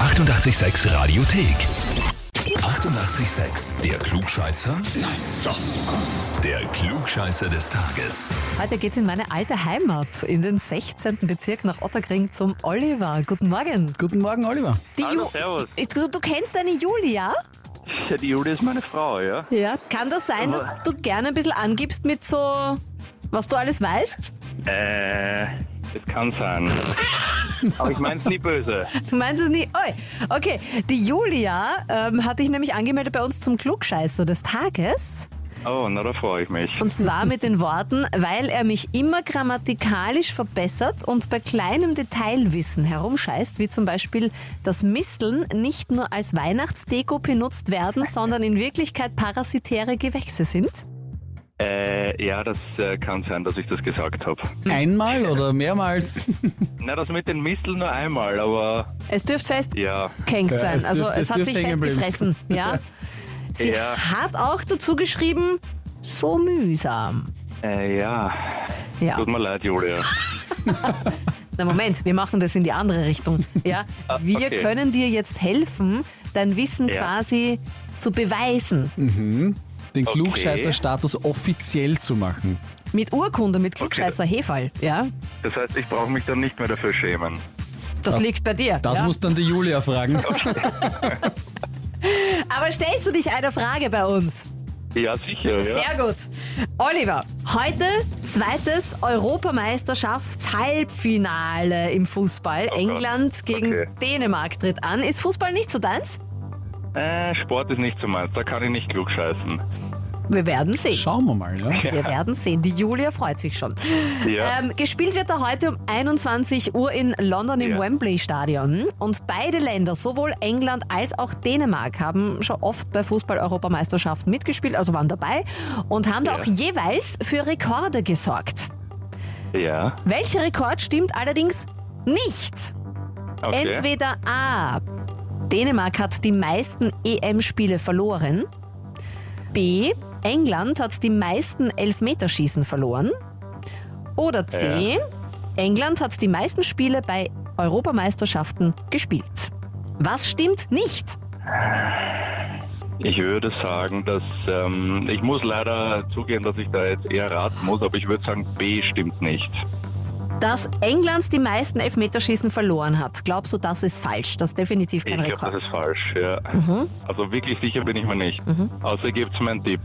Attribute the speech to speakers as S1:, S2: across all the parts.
S1: 886 Radiothek. 88,6. Der Klugscheißer? Nein, doch. Der Klugscheißer des Tages.
S2: Heute geht's in meine alte Heimat, in den 16. Bezirk nach Otterkring zum Oliver. Guten Morgen.
S3: Guten Morgen, Oliver.
S2: Die
S4: Hallo,
S2: Ju- Äh,
S4: servus.
S2: Du, du kennst deine Julia?
S4: Ja, die Julia ist meine Frau, ja?
S2: Ja. Kann das sein, dass du gerne ein bisschen angibst mit so, was du alles weißt?
S4: Äh, es kann sein. Aber ich mein's nie böse.
S2: Du meinst es nie. Oi. Okay, die Julia ähm, hat dich nämlich angemeldet bei uns zum Klugscheißer des Tages.
S4: Oh, na, da freue ich mich.
S2: Und zwar mit den Worten, weil er mich immer grammatikalisch verbessert und bei kleinem Detailwissen herumscheißt, wie zum Beispiel, dass Misteln nicht nur als Weihnachtsdeko benutzt werden, sondern in Wirklichkeit parasitäre Gewächse sind.
S4: Äh, ja, das äh, kann sein, dass ich das gesagt habe.
S3: Einmal oder mehrmals?
S4: Na, das mit den Misteln nur einmal, aber
S2: Es dürfte festgehängt
S3: Ja,
S4: ja.
S2: sein,
S3: es
S2: also
S3: dürfte-
S2: es
S3: es
S2: hat
S3: dürfte
S2: sich
S3: hängen bleiben.
S2: festgefressen. Ja. Sie
S4: Ja.
S2: hat auch dazu geschrieben, so mühsam.
S4: Äh, ja.
S2: Ja.
S4: Tut mir leid, Julia.
S2: Na Moment, wir machen das in die andere Richtung. Ja,
S4: Ah,
S2: wir
S4: okay.
S2: können dir jetzt helfen, dein Wissen
S4: Ja.
S2: quasi zu beweisen.
S3: Den
S4: Okay.
S3: Klugscheißer-Status offiziell zu machen.
S2: Mit Urkunde, mit Klugscheißer Hefall. Ja,
S4: Das heißt, ich brauche mich dann nicht mehr dafür schämen.
S2: das, liegt bei dir.
S3: Das
S2: ja.
S3: muss dann die Julia fragen.
S2: Aber stellst du dich einer Frage bei uns?
S4: Ja, sicher, ja.
S2: Sehr gut. Oliver, heute zweites Europameisterschafts-Halbfinale im Fußball.
S4: Oh Gott.
S2: England gegen
S4: Okay.
S2: Dänemark tritt an. Ist Fußball nicht so deins?
S4: Äh, Sport ist nicht so meins, da kann ich nicht klug scheißen.
S2: Wir werden sehen.
S3: Schauen wir mal, ja?
S2: Wir werden sehen. Die Julia freut sich schon.
S4: Ja.
S2: Ähm, gespielt wird er heute um 21 Uhr in London im
S4: Ja.
S2: Wembley Stadion. Und beide Länder, sowohl England als auch Dänemark, haben schon oft bei Fußball-Europameisterschaften mitgespielt, also waren dabei und haben da
S4: Ja.
S2: auch jeweils für Rekorde gesorgt.
S4: Ja,
S2: Welcher Rekord stimmt allerdings nicht?
S4: okay.
S2: Entweder A. Dänemark hat die meisten EM-Spiele verloren. B. England hat die meisten Elfmeterschießen verloren. Oder C. England hat die meisten Spiele bei Europameisterschaften gespielt. Was stimmt nicht?
S4: Ich würde sagen, dass ähm, ich muss leider zugeben, dass ich da jetzt eher raten muss, aber ich würde sagen, B stimmt nicht.
S2: Dass England die meisten Elfmeterschießen verloren hat. Glaubst du, das ist falsch? Das ist definitiv kein
S4: ich glaube,
S2: Rekord.
S4: das ist falsch. Ja.
S2: Mhm.
S4: Also wirklich sicher bin ich mir nicht.
S2: Mhm.
S4: Außer gibt's meinen Tipp.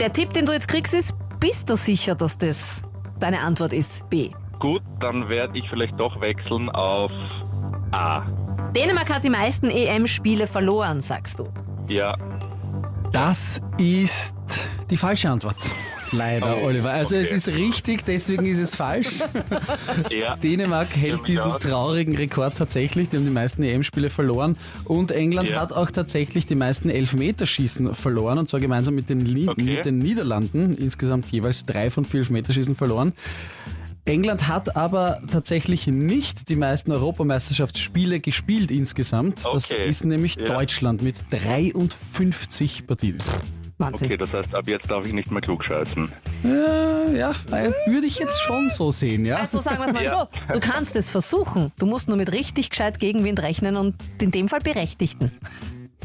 S2: Der Tipp, den du jetzt kriegst, ist, bist du sicher, dass das deine Antwort ist? B.
S4: Gut, dann werde ich vielleicht doch wechseln auf A.
S2: Dänemark hat die meisten EM-Spiele verloren, sagst du.
S4: Ja,
S3: Das ist die falsche Antwort. Leider,
S4: Oh,
S3: Oliver. Also es
S4: okay.
S3: ist richtig, deswegen ist es falsch.
S4: ja.
S3: Dänemark hält diesen
S4: Ja.
S3: traurigen Rekord tatsächlich, die haben die meisten EM-Spiele verloren. Und England
S4: Ja.
S3: hat auch tatsächlich die meisten Elfmeterschießen verloren, und zwar gemeinsam mit den, Li
S4: Okay.
S3: mit den Niederlanden. Insgesamt jeweils drei von vier Elfmeterschießen verloren. England hat aber tatsächlich nicht die meisten Europameisterschaftsspiele gespielt insgesamt. Das
S4: Okay.
S3: ist nämlich
S4: Ja.
S3: Deutschland mit 53 Partien.
S2: Wahnsinn.
S4: Okay, das heißt, ab jetzt darf ich nicht mehr klug scheißen.
S3: Äh, ja, äh, würde ich jetzt schon so sehen, ja.
S2: Also sagen wir es mal
S4: Ja.
S2: so, du kannst es versuchen. Du musst nur mit richtig gescheit Gegenwind rechnen und in dem Fall Berechtigten.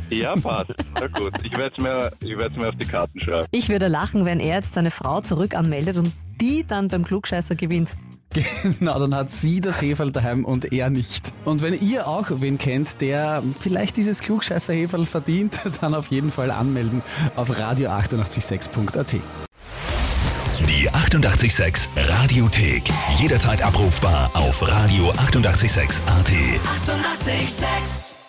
S4: Ja, passt. Na gut, ich werde es mir, ich werd's mir auf die Karten schreiben.
S2: Ich würde lachen, wenn er jetzt seine Frau zurück anmeldet und die dann beim Klugscheißer gewinnt.
S3: Na, Genau, dann hat sie das Heferl daheim und er nicht. Und wenn ihr auch wen kennt, der vielleicht dieses klugscheißer Heferl verdient, dann auf jeden Fall anmelden auf radio886.at.
S1: Die 88,6 Radiothek. Jederzeit abrufbar auf radio886.at. 88,6.
S5: Eighty-eight, sex.